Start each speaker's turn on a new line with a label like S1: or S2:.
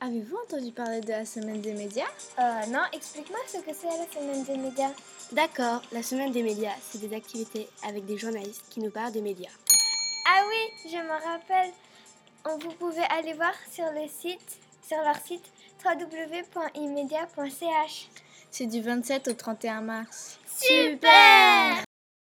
S1: Avez-vous entendu parler de la semaine des médias
S2: Euh, non, explique-moi ce que c'est la semaine des médias.
S3: D'accord, la semaine des médias, c'est des activités avec des journalistes qui nous parlent des médias.
S2: Ah oui, je me rappelle. On- Vous pouvez aller voir sur le site, sur leur site www.imedia.ch.
S1: C'est du 27 au 31 mars.
S2: Super